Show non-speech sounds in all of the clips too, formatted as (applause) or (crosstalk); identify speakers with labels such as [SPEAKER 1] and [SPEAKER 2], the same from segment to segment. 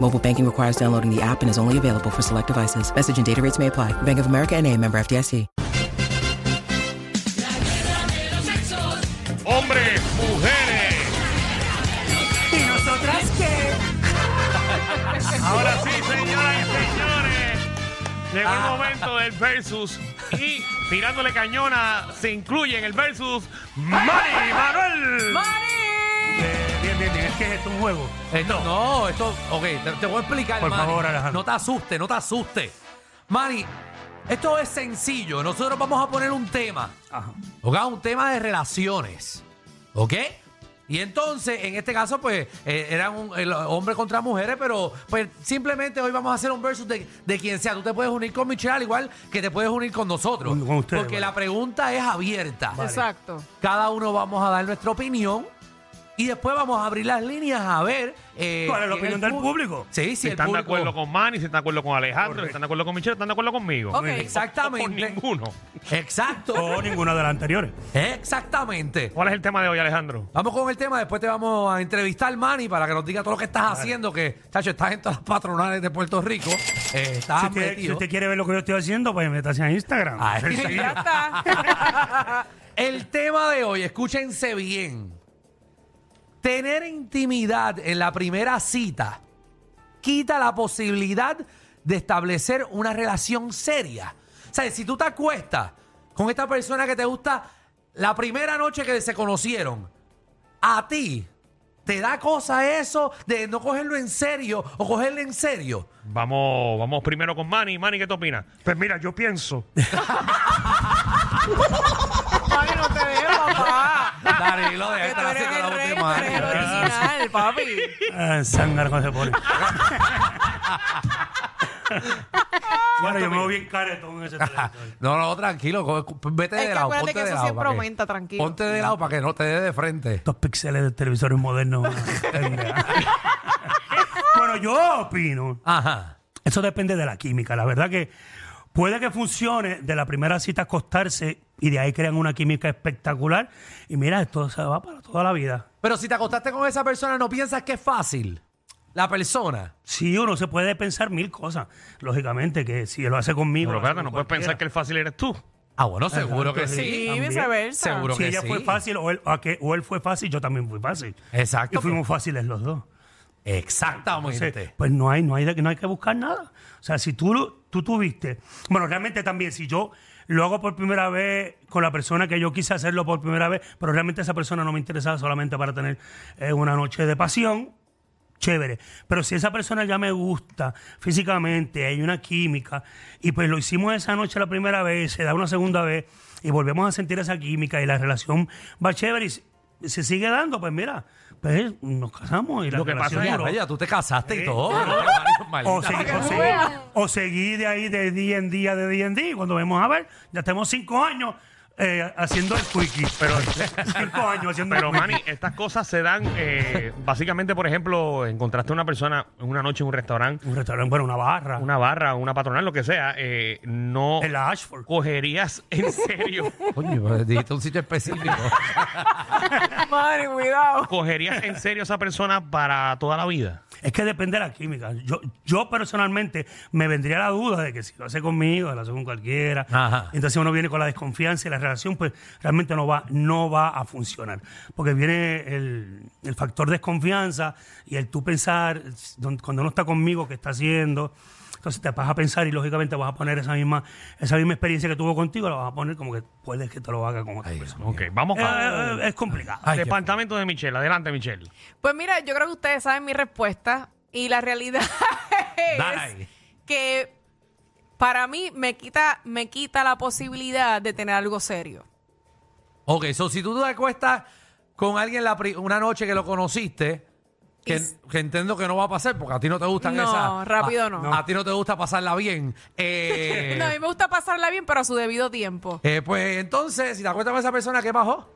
[SPEAKER 1] Mobile banking requires downloading the app and is only available for select devices. Message and data rates may apply. Bank of America and a member FDIC.
[SPEAKER 2] hombres, mujeres.
[SPEAKER 3] ¿Y nosotras qué?
[SPEAKER 2] Ahora sí, señoras y señores. Llegó el momento del versus y tirándole cañona se incluye en el versus Mari Manuel.
[SPEAKER 3] Eh, bien, bien, bien. Es que es un juego.
[SPEAKER 4] Esto, no. esto, ok, te, te voy a explicar,
[SPEAKER 3] Por
[SPEAKER 4] Mari.
[SPEAKER 3] favor, Alejandro.
[SPEAKER 4] No te asustes, no te asustes. Mari, esto es sencillo. Nosotros vamos a poner un tema. ¿ok? Un tema de relaciones. ¿Ok? Y entonces, en este caso, pues, eh, eran un, el hombre contra mujeres, pero pues simplemente hoy vamos a hacer un versus de, de quien sea. Tú te puedes unir con Michelle, al igual que te puedes unir con nosotros.
[SPEAKER 3] Con- con ustedes,
[SPEAKER 4] porque
[SPEAKER 3] vale.
[SPEAKER 4] la pregunta es abierta.
[SPEAKER 5] Exacto.
[SPEAKER 4] Cada uno vamos a dar nuestra opinión y después vamos a abrir las líneas a ver. eh,
[SPEAKER 3] ¿Cuál es la
[SPEAKER 4] quién
[SPEAKER 3] opinión
[SPEAKER 4] el
[SPEAKER 3] del
[SPEAKER 4] pu-
[SPEAKER 3] público?
[SPEAKER 4] Sí, sí,
[SPEAKER 2] Si
[SPEAKER 4] el
[SPEAKER 2] están de
[SPEAKER 4] público.
[SPEAKER 2] acuerdo con Manny, si están de acuerdo con Alejandro, si
[SPEAKER 3] Correcto.
[SPEAKER 2] están de acuerdo con Michelle, están de acuerdo conmigo.
[SPEAKER 5] Ok.
[SPEAKER 2] O con
[SPEAKER 4] Exactamente.
[SPEAKER 2] ninguno.
[SPEAKER 3] (laughs)
[SPEAKER 4] Exacto.
[SPEAKER 3] O ninguna de las anteriores.
[SPEAKER 4] Exactamente.
[SPEAKER 2] ¿Cuál es el tema de hoy, Alejandro?
[SPEAKER 4] Vamos con el tema, después te vamos a entrevistar, Manny, para que nos diga todo lo que estás haciendo, que, chacho, estás en todas las patronales de Puerto Rico. eh, estás
[SPEAKER 3] Si usted, si
[SPEAKER 4] metido. Ah,
[SPEAKER 3] usted quiere ver lo que yo estoy haciendo, pues métase a Instagram.
[SPEAKER 4] Ay. (laughs)
[SPEAKER 3] Sí.
[SPEAKER 5] Ya está.
[SPEAKER 4] El tema de hoy, escúchense bien. Tener intimidad en la primera cita quita la posibilidad de establecer una relación seria. O sea, si tú te acuestas con esta persona que te gusta la primera noche que se conocieron, a ti te da cosa eso de no cogerlo en serio o cogerlo en serio.
[SPEAKER 2] Vamos, vamos primero con Manny. Manny, ¿qué te opinas?
[SPEAKER 3] Pues mira, yo pienso.
[SPEAKER 5] Papi, no te veo, papá.
[SPEAKER 4] Danilo, deja
[SPEAKER 5] Que tú
[SPEAKER 4] estar
[SPEAKER 5] eres
[SPEAKER 4] haciendo
[SPEAKER 5] el
[SPEAKER 4] la voz de
[SPEAKER 5] rey, tú
[SPEAKER 4] Mario.
[SPEAKER 5] eres el original, papi.
[SPEAKER 3] Ah, Sangar cuando se pone. bueno, yo me veo bien caretón en ese televisor.
[SPEAKER 4] No, no, tranquilo, co- co- vete
[SPEAKER 5] Es
[SPEAKER 4] de
[SPEAKER 5] que
[SPEAKER 4] lado.
[SPEAKER 5] acuérdate
[SPEAKER 4] Ponte
[SPEAKER 5] que
[SPEAKER 4] de
[SPEAKER 5] eso
[SPEAKER 4] lado.
[SPEAKER 5] siempre
[SPEAKER 4] pa' que-
[SPEAKER 5] aumenta, tranquilo.
[SPEAKER 4] Ponte de lado para que no te dé de frente.
[SPEAKER 3] Estos píxeles de televisores modernos. bueno, yo opino.
[SPEAKER 4] Ajá.
[SPEAKER 3] Eso depende de la química. La verdad que puede que funcione de la primera cita acostarse y de ahí crean una química espectacular. Y mira, esto se va para toda la vida.
[SPEAKER 4] Pero si te acostaste con esa persona, ¿no piensas que es fácil? La persona.
[SPEAKER 3] Sí, uno se puede pensar mil cosas. Lógicamente que si lo hace conmigo.
[SPEAKER 2] Pero
[SPEAKER 3] lo hace
[SPEAKER 2] espérate,
[SPEAKER 3] con
[SPEAKER 2] no puedes
[SPEAKER 3] cualquiera.
[SPEAKER 2] pensar que el fácil eres tú.
[SPEAKER 4] Ah, bueno, seguro que
[SPEAKER 3] Exacto,
[SPEAKER 4] sí.
[SPEAKER 5] Y
[SPEAKER 3] También.
[SPEAKER 5] viceversa.
[SPEAKER 4] Seguro
[SPEAKER 3] Si
[SPEAKER 4] que
[SPEAKER 3] ella
[SPEAKER 4] sí.
[SPEAKER 3] fue fácil o él, o que- o él fue fácil, yo también fui fácil.
[SPEAKER 4] Exacto.
[SPEAKER 3] Y fuimos fáciles los dos.
[SPEAKER 4] Exactamente.
[SPEAKER 3] Entonces, pues no hay, no hay, de- no hay que buscar nada. O sea, si tú, lo- tú tuviste, bueno, realmente también, si yo lo hago por primera vez con la persona que yo quise hacerlo por primera vez, pero realmente esa persona no me interesaba solamente para tener eh, una noche de pasión, chévere. Pero si esa persona ya me gusta físicamente, hay una química, y pues lo hicimos esa noche la primera vez, se da una segunda vez, y volvemos a sentir esa química y la relación va chévere y se- se sigue dando, pues mira, pues nos casamos y la
[SPEAKER 2] Lo que pasa
[SPEAKER 3] relación
[SPEAKER 2] es-
[SPEAKER 4] Ya,
[SPEAKER 3] duró.
[SPEAKER 4] vaya, tú te casaste y
[SPEAKER 3] Sí. Ah. Oh,
[SPEAKER 4] todo. Maldita
[SPEAKER 3] O seguí, o, seguí, o seguí de ahí de día en día, de día en día. Y cuando vemos a ver, ya tenemos cinco años eh, haciendo el quickie. Pero, (laughs) cinco años haciendo
[SPEAKER 2] Pero,
[SPEAKER 3] el quickie. (laughs)
[SPEAKER 2] Manny, estas cosas se dan eh, básicamente, por ejemplo, encontraste a una persona una noche en un restaurante,
[SPEAKER 3] Un restaurante, bueno, una barra.
[SPEAKER 2] una barra, una patronal, lo que sea. eh, no
[SPEAKER 3] En la Ashford.
[SPEAKER 2] cogerías en
[SPEAKER 3] (laughs)
[SPEAKER 2] serio.
[SPEAKER 4] Coño, pero dijiste un sitio específico.
[SPEAKER 5] Madre, cuidado.
[SPEAKER 2] ¿Cogerías en serio a esa persona para toda la vida?
[SPEAKER 3] Es que depende de la química. Yo, yo personalmente me vendría la duda de que si lo hace conmigo, lo hace con cualquiera.
[SPEAKER 4] Ajá.
[SPEAKER 3] Entonces uno viene con la desconfianza y la relación, pues realmente no va, no va a funcionar. Porque viene el, el factor desconfianza y el tú pensar, don- cuando uno está conmigo, qué está haciendo. Entonces te vas a pensar y lógicamente vas a poner esa misma, esa misma experiencia que tuvo contigo, la vas a poner como que puedes que te lo haga con otra
[SPEAKER 4] Ay,
[SPEAKER 3] persona.
[SPEAKER 2] Ok, vamos
[SPEAKER 3] Eh,
[SPEAKER 2] para
[SPEAKER 3] eh, eh, es complicado.
[SPEAKER 4] Ay, qué
[SPEAKER 2] departamento de Michelle. Adelante, Michelle.
[SPEAKER 5] Pues mira, yo creo que ustedes saben mi respuesta y la realidad (laughs) (laughs) es
[SPEAKER 4] Dale.
[SPEAKER 5] que para mí me quita, me quita la posibilidad de tener algo serio.
[SPEAKER 4] Ok, so si tú te acuestas con alguien la pri- una noche que lo conociste, que,
[SPEAKER 5] Es-
[SPEAKER 4] que entiendo que no va a pasar porque a ti no te gustan
[SPEAKER 5] No,
[SPEAKER 4] esas.
[SPEAKER 5] rápido
[SPEAKER 4] a-
[SPEAKER 5] no.
[SPEAKER 4] A ti no te gusta pasarla bien. Eh,
[SPEAKER 5] (laughs) No, a mí me gusta pasarla bien, pero a su debido tiempo.
[SPEAKER 4] eh, pues entonces, si te acuestas con esa persona, ¿qué pasó?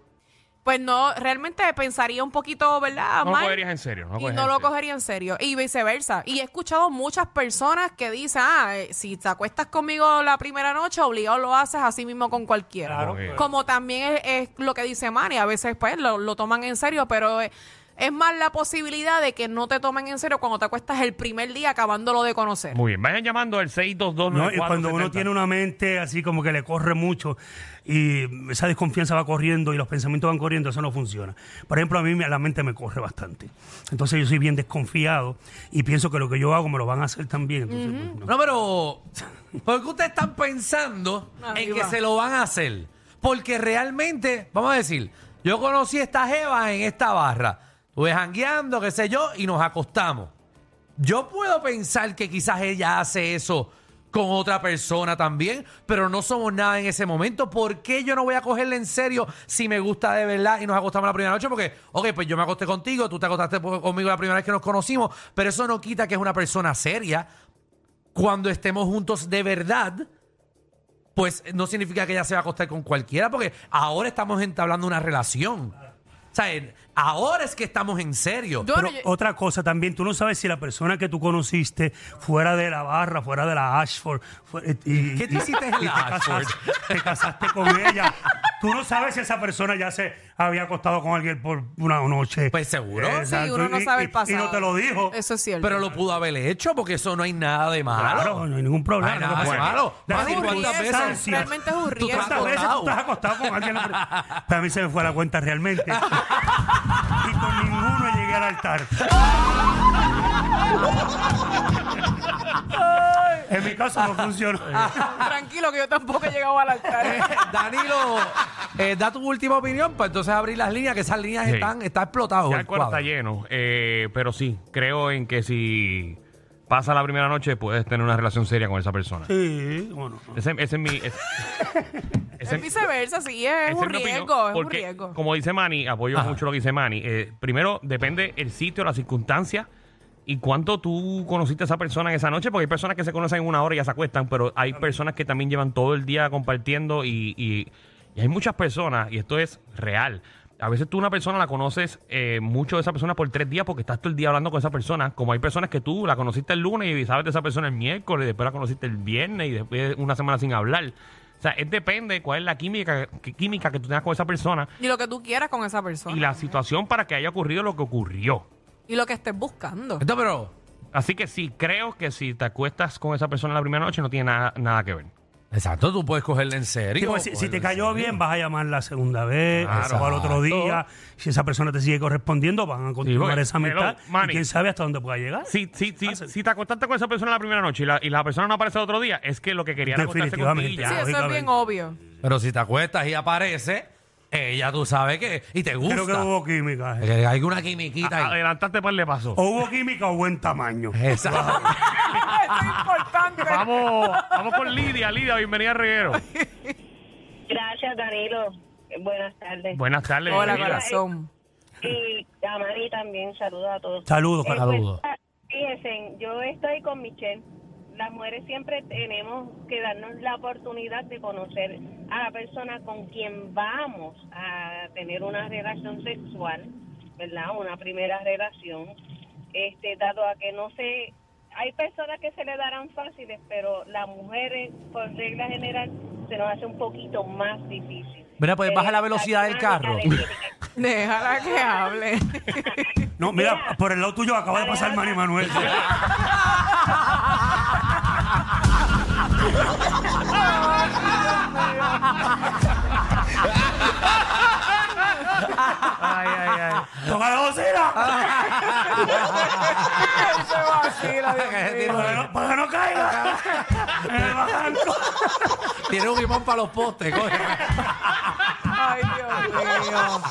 [SPEAKER 5] Pues no, realmente pensaría un poquito, ¿verdad?
[SPEAKER 2] No lo
[SPEAKER 5] Mal.
[SPEAKER 2] cogerías en serio. No pues, este. lo
[SPEAKER 5] Ah,
[SPEAKER 2] cogerías en
[SPEAKER 5] y no lo
[SPEAKER 2] serio.
[SPEAKER 5] cogería en serio. Y viceversa. Y he escuchado muchas personas que dicen, ah, eh, si te acuestas conmigo la primera noche, obligado lo haces así mismo con cualquiera.
[SPEAKER 3] Claro,
[SPEAKER 2] Ok.
[SPEAKER 5] Como también es, es lo que dice Manny, a veces pues lo, lo toman en serio, pero eh, es, más la posibilidad de que no te tomen en serio cuando te acuestas el primer día acabándolo de conocer.
[SPEAKER 2] Muy bien, vayan llamando al 622
[SPEAKER 3] No, y cuando uno tiene una mente así como que le corre mucho y esa desconfianza va corriendo y los pensamientos van corriendo, eso no funciona. Por ejemplo, a mí me- la mente me corre bastante. Entonces yo soy bien desconfiado y pienso que lo que yo hago me lo van a hacer también. Entonces, pues, no.
[SPEAKER 4] No, pero ¿por qué ustedes están pensando
[SPEAKER 5] Ah, Ahí
[SPEAKER 4] en que
[SPEAKER 5] va.
[SPEAKER 4] se lo van a hacer? Porque realmente, vamos a decir, yo conocí a esta jeva en esta barra. Estuve jangueando, qué sé yo, y nos acostamos. Yo puedo pensar que quizás ella hace eso con otra persona también, pero no somos nada en ese momento. ¿Por qué yo no voy a cogerle en serio si me gusta de verdad y nos acostamos la primera noche? Porque, ok, pues yo me acosté contigo, tú te acostaste po- conmigo la primera vez que nos conocimos, pero eso no quita que es una persona seria. Cuando estemos juntos de verdad, pues no significa que ella se va a acostar con cualquiera, porque ahora estamos entablando una relación. O sea, en- ahora es que estamos en serio.
[SPEAKER 5] Yo-
[SPEAKER 3] Pero
[SPEAKER 5] bueno,
[SPEAKER 3] otra cosa también, tú no sabes si la persona que tú conociste fuera de la barra, fuera de la Ashford, fue- eh, y,
[SPEAKER 4] ¿Qué tú
[SPEAKER 3] y-
[SPEAKER 4] hiciste
[SPEAKER 3] (laughs)
[SPEAKER 4] en
[SPEAKER 3] y
[SPEAKER 4] la
[SPEAKER 3] te casaste-
[SPEAKER 4] Ashford?
[SPEAKER 3] te casaste con ella. Tú no sabes si esa persona ya se había acostado con alguien por una noche.
[SPEAKER 4] Pues seguro.
[SPEAKER 3] Eh,
[SPEAKER 4] Sí,
[SPEAKER 5] Sí,
[SPEAKER 3] exacto,
[SPEAKER 5] uno no
[SPEAKER 3] y-
[SPEAKER 5] sabe
[SPEAKER 3] y-
[SPEAKER 5] el pasado.
[SPEAKER 3] Y no te lo dijo.
[SPEAKER 5] Eso es cierto.
[SPEAKER 4] Pero lo pudo haber hecho porque eso no hay nada de malo.
[SPEAKER 3] Claro, no hay ningún problema.
[SPEAKER 4] Ay, nada,
[SPEAKER 3] Lo que
[SPEAKER 4] es
[SPEAKER 3] pasa
[SPEAKER 4] malo.
[SPEAKER 3] que las
[SPEAKER 4] Mani, ¿cuántas veces?
[SPEAKER 3] circunstancias-
[SPEAKER 5] Realmente es un
[SPEAKER 3] ¿Tú
[SPEAKER 5] riesgo.
[SPEAKER 3] ¿Cuántas veces
[SPEAKER 4] (laughs)
[SPEAKER 3] tú estás acostado con alguien? Para mí se me fue la cuenta realmente. y con ninguno llegué al altar. en mi caso no funcionó.
[SPEAKER 5] (laughs) Tranquilo, que yo tampoco he llegado al altar.
[SPEAKER 4] Danilo, eh, da tu última opinión para entonces abrir las líneas, que esas líneas
[SPEAKER 2] Sí.
[SPEAKER 4] están, están explotadas.
[SPEAKER 2] Ya
[SPEAKER 4] el
[SPEAKER 2] el cuarto
[SPEAKER 4] cuadro.
[SPEAKER 2] está lleno, eh, pero sí, creo en que si pasa la primera noche puedes tener una relación seria con esa persona.
[SPEAKER 3] Sí, bueno.
[SPEAKER 2] Ese, ese es mi...
[SPEAKER 5] (laughs)
[SPEAKER 2] ese- (laughs) ese-
[SPEAKER 5] Es viceversa, sí, es,
[SPEAKER 2] esa
[SPEAKER 5] un
[SPEAKER 2] mi opinión,
[SPEAKER 5] riesgo, es un
[SPEAKER 2] porque,
[SPEAKER 5] riesgo.
[SPEAKER 2] Como dice Manny, apoyo
[SPEAKER 4] Ajá.
[SPEAKER 2] mucho lo que dice Manny. eh, primero, depende el sitio, la circunstancia y cuánto tú conociste a esa persona en esa noche, porque hay personas que se conocen en una hora y ya se acuestan, pero hay personas que también llevan todo el día compartiendo y, y- y hay muchas personas, y esto es real. A veces tú una persona la conoces eh, mucho de esa persona por tres días porque estás todo el día hablando con esa persona. Como hay personas que tú la conociste el lunes y sabes de esa persona el miércoles, después la conociste el viernes y después una semana sin hablar. O sea, es depende cuál es la química, qué química que tú tengas con esa persona
[SPEAKER 5] Y lo que tú quieras con esa persona.
[SPEAKER 2] y
[SPEAKER 5] Y,
[SPEAKER 2] la situación para que haya ocurrido lo que ocurrió.
[SPEAKER 5] lo que estés buscando.
[SPEAKER 4] Entonces, pero,
[SPEAKER 2] Así que sí, creo que si te acuestas con esa persona la primera noche no tiene nada, nada que ver.
[SPEAKER 4] exacto, tú puedes cogerle en serio.
[SPEAKER 3] Digo, si, si te
[SPEAKER 4] cogerle en
[SPEAKER 3] cayó
[SPEAKER 4] serio.
[SPEAKER 3] bien, vas a llamar la segunda vez,
[SPEAKER 4] Claro.
[SPEAKER 3] o al otro día. Si esa persona te sigue correspondiendo, van a continuar
[SPEAKER 2] porque-
[SPEAKER 3] esa amistad.
[SPEAKER 2] Hello, Manny.
[SPEAKER 3] y quién sabe hasta dónde pueda llegar.
[SPEAKER 2] Si, si, si, si te acostaste con esa persona la primera noche y la, y la persona no aparece al otro día, es que lo que quería era acostarse contigo y
[SPEAKER 3] Definitivamente.
[SPEAKER 2] ya.
[SPEAKER 5] sí, eso es bien
[SPEAKER 3] lógicamente.
[SPEAKER 5] obvio.
[SPEAKER 4] Pero si te acuestas y aparece, ella tú sabes que. Y te gusta.
[SPEAKER 3] Creo que hubo Ah, química. eh.
[SPEAKER 4] Que hay una quimiquita ahí.
[SPEAKER 2] Adelantarte para el paso.
[SPEAKER 3] O hubo química o buen tamaño.
[SPEAKER 4] Exacto.
[SPEAKER 5] (laughs) Eso es importante.
[SPEAKER 2] Vamos, vamos con Lidia. Lidia, bienvenida a Reguero.
[SPEAKER 6] Gracias, Danilo. Buenas tardes.
[SPEAKER 2] Buenas tardes.
[SPEAKER 5] Hola,
[SPEAKER 2] bienvenida.
[SPEAKER 5] corazón.
[SPEAKER 6] Y a Mari también, saludos a todos.
[SPEAKER 3] Saludos,
[SPEAKER 6] Eh,
[SPEAKER 3] para
[SPEAKER 6] pues,
[SPEAKER 4] Saludos.
[SPEAKER 6] ah, Fíjense, yo estoy con Michelle. Las mujeres siempre tenemos que darnos la oportunidad de conocer a la persona con quien vamos a tener una relación sexual, ¿verdad? Una primera relación. Este, dado a que no se. Hay personas que se le darán fáciles, pero las mujeres, por regla general, se nos hace un poquito más difícil.
[SPEAKER 4] Mira, pues,
[SPEAKER 6] Eh,
[SPEAKER 4] baja la velocidad del
[SPEAKER 6] dinámica
[SPEAKER 4] carro.
[SPEAKER 6] de química.
[SPEAKER 5] Déjala que hable.
[SPEAKER 3] No, mira,
[SPEAKER 6] Mira.
[SPEAKER 3] por el lado tuyo acaba de pasar Manny
[SPEAKER 6] Alejandra.
[SPEAKER 3] Manuel.
[SPEAKER 4] ay, ay, ay.
[SPEAKER 3] ¡Toca la bocina!
[SPEAKER 5] Se vacila, Dios
[SPEAKER 4] (laughs) Que
[SPEAKER 5] mío.
[SPEAKER 4] tiene,
[SPEAKER 3] Para que no- para que no caiga (laughs) en el barranco.
[SPEAKER 4] tiene un imán para los postes, coño.
[SPEAKER 5] Ay, Dios mío.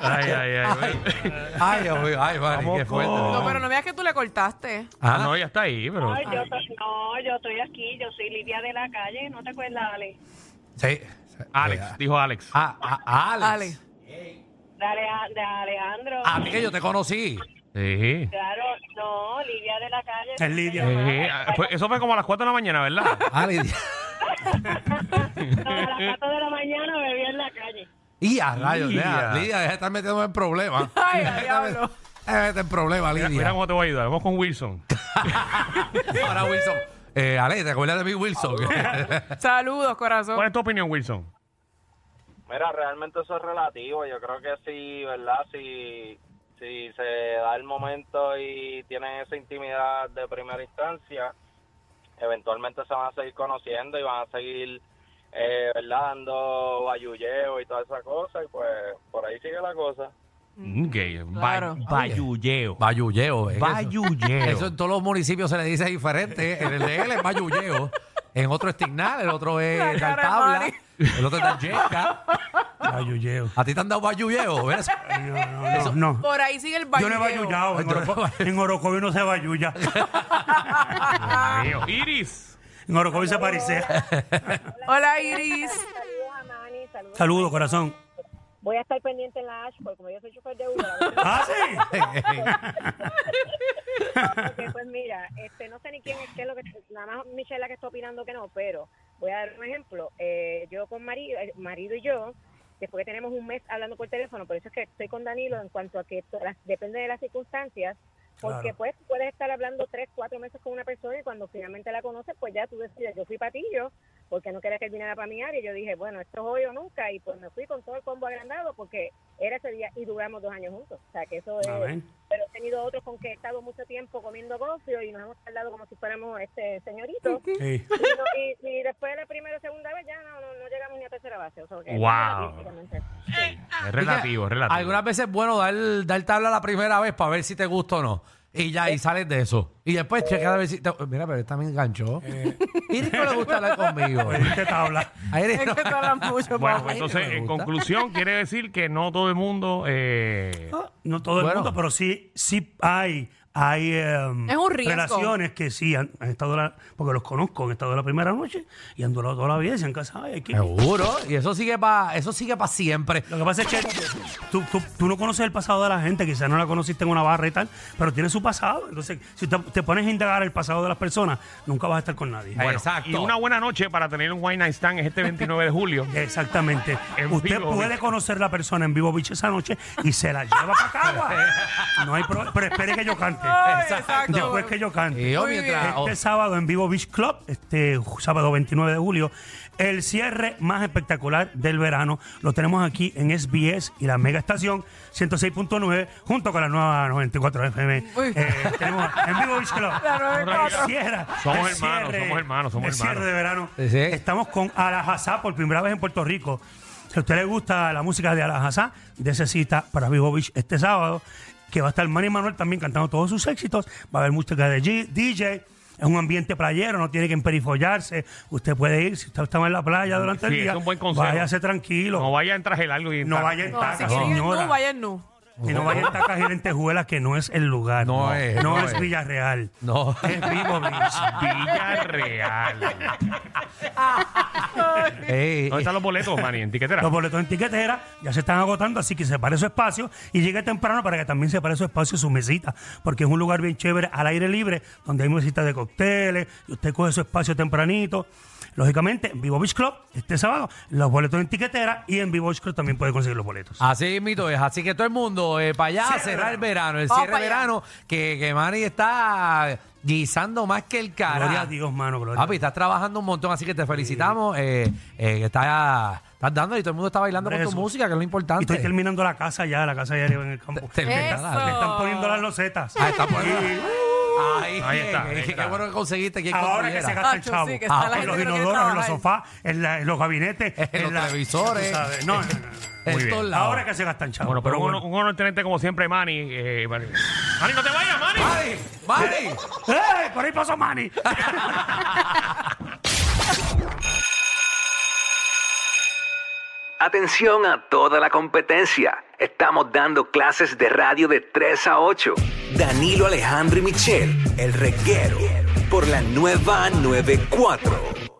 [SPEAKER 2] Ay, ay, ay.
[SPEAKER 4] Ay, Dios mío, ay, Mari, qué fuerte.
[SPEAKER 2] con-
[SPEAKER 5] No, pero no veas que tú le cortaste.
[SPEAKER 2] Ah, no, ya está ahí, pero.
[SPEAKER 6] Ay, yo to- no, yo estoy aquí, yo soy Lidia de la calle, ¿no te acuerdas, Ale?
[SPEAKER 4] Sí.
[SPEAKER 2] Alex, dijo Alex.
[SPEAKER 4] Ah, ah, Alex.
[SPEAKER 5] Alex.
[SPEAKER 6] Dale, a- de Alejandro.
[SPEAKER 4] A mí que yo te conocí.
[SPEAKER 2] Sí.
[SPEAKER 6] Claro, no, Lidia de la calle.
[SPEAKER 3] Es Lidia.
[SPEAKER 2] Sí, ah, fue- eso fue como a las 4 de la mañana, ¿verdad?
[SPEAKER 4] Alex.
[SPEAKER 6] No, a las 4 de la mañana me vi en la calle.
[SPEAKER 4] Y a rayos,
[SPEAKER 2] Ya.
[SPEAKER 4] Lidia, Lidia, deja de estar metiéndome en problemas.
[SPEAKER 5] (laughs) Ay,
[SPEAKER 4] Deja de estar
[SPEAKER 5] diablo.
[SPEAKER 4] met- deja de meter en problemas,
[SPEAKER 2] Mira,
[SPEAKER 4] Lidia.
[SPEAKER 2] mira cómo te voy a ayudar. Vamos con Wilson.
[SPEAKER 4] Ahora Wilson. Eh, Alex, ¿te acuerdas de mí, Wilson?
[SPEAKER 3] Ah,
[SPEAKER 5] Saludos, corazón.
[SPEAKER 2] ¿Cuál es tu opinión, Wilson?
[SPEAKER 7] Mira, realmente eso es relativo. Yo creo que sí, ¿verdad? Si, si se da el momento y tienen esa intimidad de primera instancia, eventualmente se van a seguir conociendo y van a seguir, eh, ¿verdad? Dando bayulleo y toda esa cosa. Y pues por ahí sigue la cosa.
[SPEAKER 2] Mm, gay. Ba-
[SPEAKER 5] Claro.
[SPEAKER 2] Bayulleo.
[SPEAKER 4] (laughs) Bayulleo. ¿eh?
[SPEAKER 2] Bayulleo.
[SPEAKER 4] Eso en todos los municipios se le dice diferente. En el de él es Bayulleo. En otro es Tignal, el otro es
[SPEAKER 5] La cara de
[SPEAKER 4] Cartabla,
[SPEAKER 5] Mari.
[SPEAKER 4] el otro es Tarjeca.
[SPEAKER 3] Bayulleo.
[SPEAKER 4] ¿A ti te han dado Bayulleo? ¿Ves?
[SPEAKER 3] No, no, no, no.
[SPEAKER 5] Por ahí sigue el
[SPEAKER 3] Yo
[SPEAKER 5] baile.
[SPEAKER 3] no he bayullado. En
[SPEAKER 4] Yo no he
[SPEAKER 3] Oroco-
[SPEAKER 4] bayullado.
[SPEAKER 3] En Orocovi no se bayulla.
[SPEAKER 2] Dios mío. Iris.
[SPEAKER 3] En Orocovi se parisea.
[SPEAKER 5] Hola, Iris.
[SPEAKER 6] Saludos a Manny, saludos.
[SPEAKER 3] Saludos, corazón.
[SPEAKER 6] Voy a estar pendiente en la Ashford, como yo soy chofer de Uber. a ver si
[SPEAKER 3] Ah, sí.
[SPEAKER 6] Porque, pues mira, este, no sé ni quién es qué es lo que, nada más Michelle la que está opinando que no, pero voy a dar un ejemplo. Eh, yo con marido, eh, marido y yo, después que tenemos un mes hablando por teléfono, por eso es que estoy con Danilo en cuanto a que to- las- depende de las circunstancias, porque
[SPEAKER 3] Claro.
[SPEAKER 6] pues puedes estar hablando tres, cuatro meses con una persona y cuando finalmente la conoces, pues ya tú decides, yo fui patillo, porque no quería que él viniera para mi área, y yo dije, bueno, esto es hoy o nunca, y pues me fui con todo el combo agrandado porque era ese día y duramos dos años juntos, o sea que eso es
[SPEAKER 3] A ver.
[SPEAKER 6] pero he tenido otros con que he estado mucho tiempo comiendo gofio y nos hemos tardado como si fuéramos este señoritos. y,
[SPEAKER 3] Sí.
[SPEAKER 6] no- y- y después de la primera o segunda vez ya no, no, no llegamos ni a tercera base. O sea, que-
[SPEAKER 2] Wow.
[SPEAKER 6] básicamente.
[SPEAKER 2] Es relativo, es relativo.
[SPEAKER 4] Algunas veces es bueno dar, dar tabla la primera vez para ver si te gusta o no. Y ya, y sales de eso. Y después checa a ver si te- Mira, pero esta me enganchó.
[SPEAKER 5] Eh.
[SPEAKER 4] Iris no le gusta hablar
[SPEAKER 5] (laughs)
[SPEAKER 4] conmigo.
[SPEAKER 3] Pediste tabla.
[SPEAKER 4] A Iris
[SPEAKER 5] Es
[SPEAKER 4] no-
[SPEAKER 5] que te hablan mucho,
[SPEAKER 2] Bueno,
[SPEAKER 5] papi.
[SPEAKER 2] pues entonces,
[SPEAKER 4] Me
[SPEAKER 2] en
[SPEAKER 4] gusta.
[SPEAKER 2] conclusión, quiere decir que no todo el mundo. eh,
[SPEAKER 3] No todo el
[SPEAKER 4] Bueno.
[SPEAKER 3] mundo, pero sí, sí hay, hay em,
[SPEAKER 5] Es un riesgo.
[SPEAKER 3] relaciones que sí han, han estado, la- porque los conozco, han estado la primera noche y han durado toda la vida y se han casado. y aquí-
[SPEAKER 4] Seguro. Y eso sigue para eso sigue para siempre.
[SPEAKER 3] Lo que pasa es que tú, tú- tú no conoces el pasado de la gente, quizás no la conociste en una barra y tal, pero tiene su pasado. Entonces, si te, te pones a indagar el pasado de las personas, nunca vas a estar con nadie.
[SPEAKER 4] Bueno,
[SPEAKER 2] Y una buena noche para tener un Wine Night Stand es este 29 de julio.
[SPEAKER 3] Exactamente.
[SPEAKER 2] En
[SPEAKER 3] Usted
[SPEAKER 2] vivo,
[SPEAKER 3] puede
[SPEAKER 2] bicho.
[SPEAKER 3] conocer la persona en vivo, bicho, esa noche y se la lleva para
[SPEAKER 2] (laughs)
[SPEAKER 3] Cagua. No hay problema. Pero espere que yo cante.
[SPEAKER 5] Ay,
[SPEAKER 4] Exacto.
[SPEAKER 3] Después que yo
[SPEAKER 4] Y
[SPEAKER 3] cante.
[SPEAKER 4] yo
[SPEAKER 5] Muy
[SPEAKER 4] mientras.
[SPEAKER 3] Este sábado en Vivo Beach Club, este sábado 29 de julio, el cierre más espectacular del verano lo tenemos aquí en SBS y la mega estación 106.9 junto con la nueva 94 FM.
[SPEAKER 5] Uy.
[SPEAKER 3] Eh, tenemos en Vivo Beach Club.
[SPEAKER 5] La 94.
[SPEAKER 3] El cierre,
[SPEAKER 2] Somos
[SPEAKER 3] el
[SPEAKER 2] hermanos,
[SPEAKER 3] cierre,
[SPEAKER 2] somos hermanos, somos
[SPEAKER 3] el cierre
[SPEAKER 2] hermanos.
[SPEAKER 3] de verano.
[SPEAKER 4] Sí, sí.
[SPEAKER 3] Estamos con Alajazá por primera vez en Puerto Rico. Si a usted le gusta la música de Alajazá, dése cita para Vivo Beach este sábado, que va a estar Manny Manuel también cantando todos sus éxitos. Va a haber música de G- DJ. Es un ambiente playero, no tiene que emperifollarse. Usted puede ir, si usted estaba en la playa durante
[SPEAKER 2] Sí,
[SPEAKER 3] el
[SPEAKER 2] es
[SPEAKER 3] día,
[SPEAKER 2] un buen consejo.
[SPEAKER 3] váyase tranquilo.
[SPEAKER 2] No vaya en traje largo y en
[SPEAKER 3] No
[SPEAKER 2] taco.
[SPEAKER 3] vaya en
[SPEAKER 5] No,
[SPEAKER 3] taca,
[SPEAKER 5] si quieres ir
[SPEAKER 3] señora.
[SPEAKER 5] nu, vaya en nu.
[SPEAKER 3] Y no vaya en tacas y en tejuelas, que no es el lugar.
[SPEAKER 4] No es, no
[SPEAKER 3] es
[SPEAKER 4] es.
[SPEAKER 3] Villarreal.
[SPEAKER 2] (laughs)
[SPEAKER 4] No.
[SPEAKER 3] Es Vivo Beach.
[SPEAKER 2] Villarreal.
[SPEAKER 4] Ey,
[SPEAKER 2] ¿Dónde están los boletos, Manny? En tiquetera.
[SPEAKER 3] Los boletos en tiquetera ya se están agotando, así que separe su espacio y llegue temprano para que también separe su espacio y su mesita, porque es un lugar bien chévere al aire libre, donde hay mesitas de cócteles y usted coge su espacio tempranito. Lógicamente, en Vivo Beach Club, este sábado, los boletos en tiquetera y en Vivo Beach Club también puede conseguir los boletos.
[SPEAKER 4] Así mito es. Así que todo el mundo para allá a
[SPEAKER 3] Cierre
[SPEAKER 4] cerrar el verano. El
[SPEAKER 5] Vamos
[SPEAKER 4] cierre
[SPEAKER 5] pa'
[SPEAKER 4] de
[SPEAKER 5] allá.
[SPEAKER 4] verano que, que Manny está guisando más que el cara.
[SPEAKER 3] Gloria a Dios, mano, gloria a
[SPEAKER 4] Papi,
[SPEAKER 3] Dios.
[SPEAKER 4] estás trabajando un montón, así que te felicitamos. Eh, eh, que estás, estás dando y todo el mundo está bailando
[SPEAKER 3] Hombre,
[SPEAKER 4] con tu
[SPEAKER 3] Jesús.
[SPEAKER 4] música, que es lo
[SPEAKER 3] Y
[SPEAKER 4] importante.
[SPEAKER 3] estoy terminando la casa ya, la casa ya arriba en el campo.
[SPEAKER 4] Te- te-
[SPEAKER 5] Eso.
[SPEAKER 4] nada,
[SPEAKER 3] Le están poniendo las losetas.
[SPEAKER 4] Ah, está bueno.
[SPEAKER 3] Y-
[SPEAKER 4] Ahí,
[SPEAKER 2] Ahí está,
[SPEAKER 4] eh,
[SPEAKER 2] ahí
[SPEAKER 4] que-
[SPEAKER 2] está.
[SPEAKER 4] Qué bueno que conseguiste. ¿quién
[SPEAKER 3] Ahora que
[SPEAKER 4] consiguiera?
[SPEAKER 3] se gasta el
[SPEAKER 5] Hacho,
[SPEAKER 3] chavo.
[SPEAKER 5] sí, que está
[SPEAKER 4] la
[SPEAKER 3] en
[SPEAKER 4] gente
[SPEAKER 3] los
[SPEAKER 5] que no quiere
[SPEAKER 3] inodoros, en los
[SPEAKER 5] trabajar.
[SPEAKER 3] sofás, en, la- en los gabinetes,
[SPEAKER 4] En los
[SPEAKER 3] la-
[SPEAKER 4] televisores.
[SPEAKER 3] tú sabes. No, no, no, no.
[SPEAKER 4] En
[SPEAKER 2] bien.
[SPEAKER 4] todos lados.
[SPEAKER 3] Ahora que se gastan chavos.
[SPEAKER 2] Bueno, pero un, honor- un honor tenerte como siempre, Manny. Eh, Manny, Manny, no te vayas, Manny.
[SPEAKER 4] Mari, Mari.
[SPEAKER 3] ¡Eh! Por ahí pasó Manny.
[SPEAKER 8] Atención a toda la competencia. Estamos dando clases de radio de 3 a 8. Danilo Alejandro y Michel, el reguero, por la nueva 94.